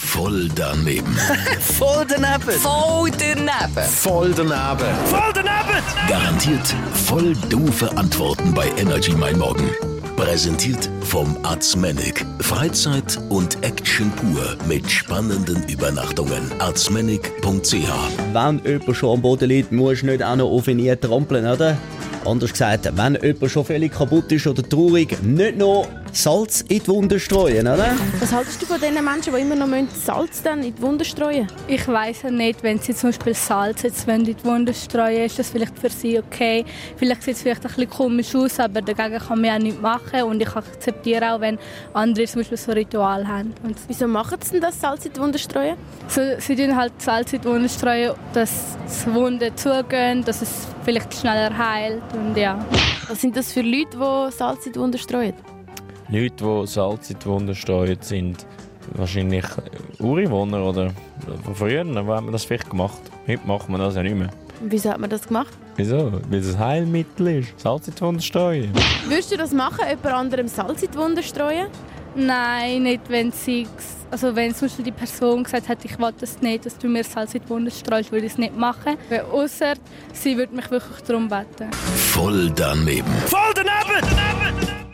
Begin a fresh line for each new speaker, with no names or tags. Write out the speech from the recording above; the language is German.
Voll daneben.
Voll daneben.
Voll daneben.
Voll daneben.
Voll daneben.
Garantiert voll doofe Antworten bei Energy Mein Morgen. Präsentiert vom Arzmenig. Freizeit und Action pur mit spannenden Übernachtungen. Arzmenig.ch
Wenn jemand schon am Boden liegt, musst du nicht auch noch auf ihn trampeln, oder? Anders gesagt, wenn jemand schon völlig kaputt ist oder traurig, nicht noch Salz in die Wunde streuen, oder?
Was haltest du von den Menschen, die immer noch müssen Salz dann in die Wunde streuen
Ich weiß ja nicht, wenn sie zum Beispiel Salz jetzt wollen in die Wunde streuen, ist das vielleicht für sie okay. Vielleicht sieht es vielleicht ein bisschen komisch aus, aber dagegen kann man ja nichts machen und ich akzeptiere auch, wenn andere zum Beispiel so Ritual haben. Und
Wieso machen sie denn das Salz in die Wunde streuen?
so, sie tun halt Salz in die Wunde streuen, dass die Wunde zugehen, dass es vielleicht schneller heilt und ja.
Was sind das für Leute, die Salz in die Wunde streuen?
Leute, die Salz in die Wunde streuen, sind wahrscheinlich Ureinwohner oder von früher. Wo haben wir das vielleicht gemacht? Heute macht man das ja nicht mehr.
Und wieso hat man das gemacht?
Wieso? Weil es ein Heilmittel ist. Salz in die Wunde streuen.
Würdest du das machen, jemand anderem Salz in die Wunde streuen?
Nein, nicht, wenn sie, also wenn zum Beispiel die Person gesagt hat, ich will das nicht, dass du mir Salz in die Wunde streust, würde ich es nicht machen. Weil Ausser sie würde mich wirklich darum beten.
Voll daneben.
Voll daneben.